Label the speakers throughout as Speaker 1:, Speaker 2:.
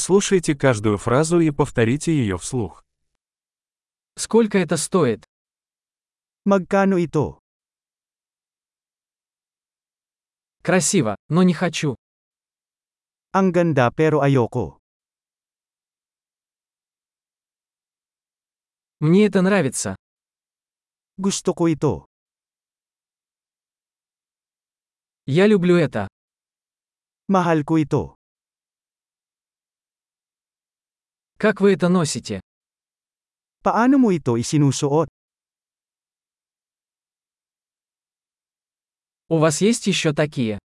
Speaker 1: Прослушайте каждую фразу и повторите ее вслух.
Speaker 2: Сколько это стоит?
Speaker 3: Magkano ito?
Speaker 2: Красиво, но не хочу.
Speaker 3: Ang ganda pero ayoko.
Speaker 2: Мне это нравится.
Speaker 3: Gusto ko ito.
Speaker 2: Я люблю это.
Speaker 3: Mahal ko ito.
Speaker 2: Как вы это носите?
Speaker 3: Paano mo ito isinusuot?
Speaker 2: У вас есть еще такие?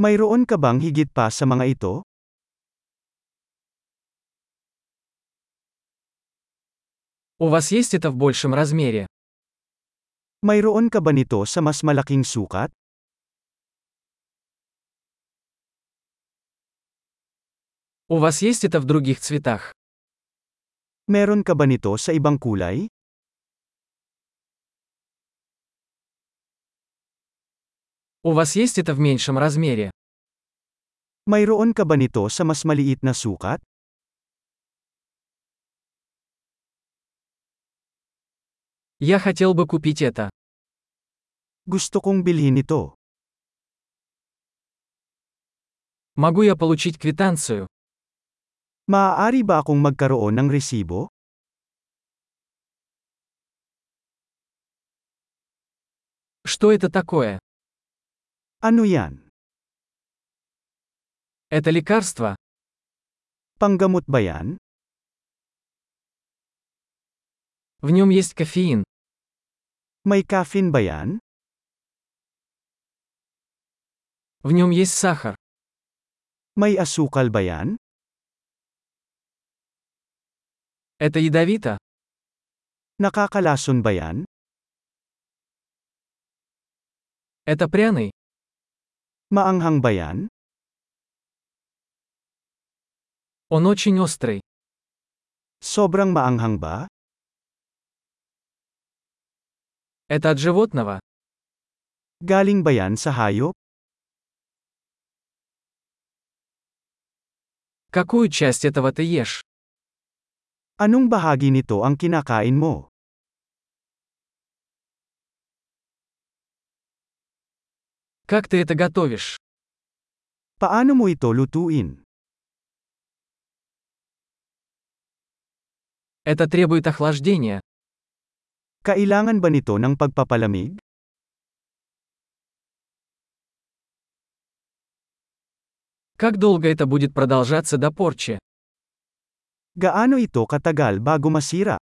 Speaker 3: Mayroon ka bang higit pa sa mga ito?
Speaker 2: У вас есть это в большем размере?
Speaker 3: Mayroon ka ba nito sa mas malaking sukat?
Speaker 2: У вас есть это в других цветах?
Speaker 3: Meron ka ba nito sa ibang kulay?
Speaker 2: У вас есть это в меньшем размере?
Speaker 3: Mayroon ka ba nito sa mas maliit na sukat?
Speaker 2: Я хотел бы купить это.
Speaker 3: Gusto kong bilhin ito.
Speaker 2: Могу я получить квитанцию?
Speaker 3: Maaari ba akong magkaroon ng resibo?
Speaker 2: Что это такое?
Speaker 3: Ano yan?
Speaker 2: Это лекарство?
Speaker 3: Panggamot ba yan?
Speaker 2: В нем есть кофеин.
Speaker 3: May caffeine ba yan?
Speaker 2: В нем есть сахар.
Speaker 3: May asukal ba yan?
Speaker 2: Это ядовито?
Speaker 3: Nakakalason ba yan?
Speaker 2: Это пряный?
Speaker 3: Maanghang ba yan?
Speaker 2: Он очень острый.
Speaker 3: Sobrang maanghang ba?
Speaker 2: Это от животного?
Speaker 3: Galing ba yan sa hayop?
Speaker 2: Какую часть этого ты ешь?
Speaker 3: Anong bahagi nito ang kinakain mo?
Speaker 2: Как ты это готовишь?
Speaker 3: Paano mo ito lutuin?
Speaker 2: Это требует охлаждения.
Speaker 3: Kailangan ba nito ng pagpapalamig?
Speaker 2: Как долго это будет продолжаться до порчи?
Speaker 3: Gaano ito katagal bago masira?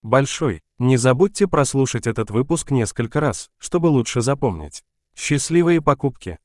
Speaker 1: Большой. Не забудьте прослушать этот выпуск несколько раз, чтобы лучше запомнить. Счастливые покупки!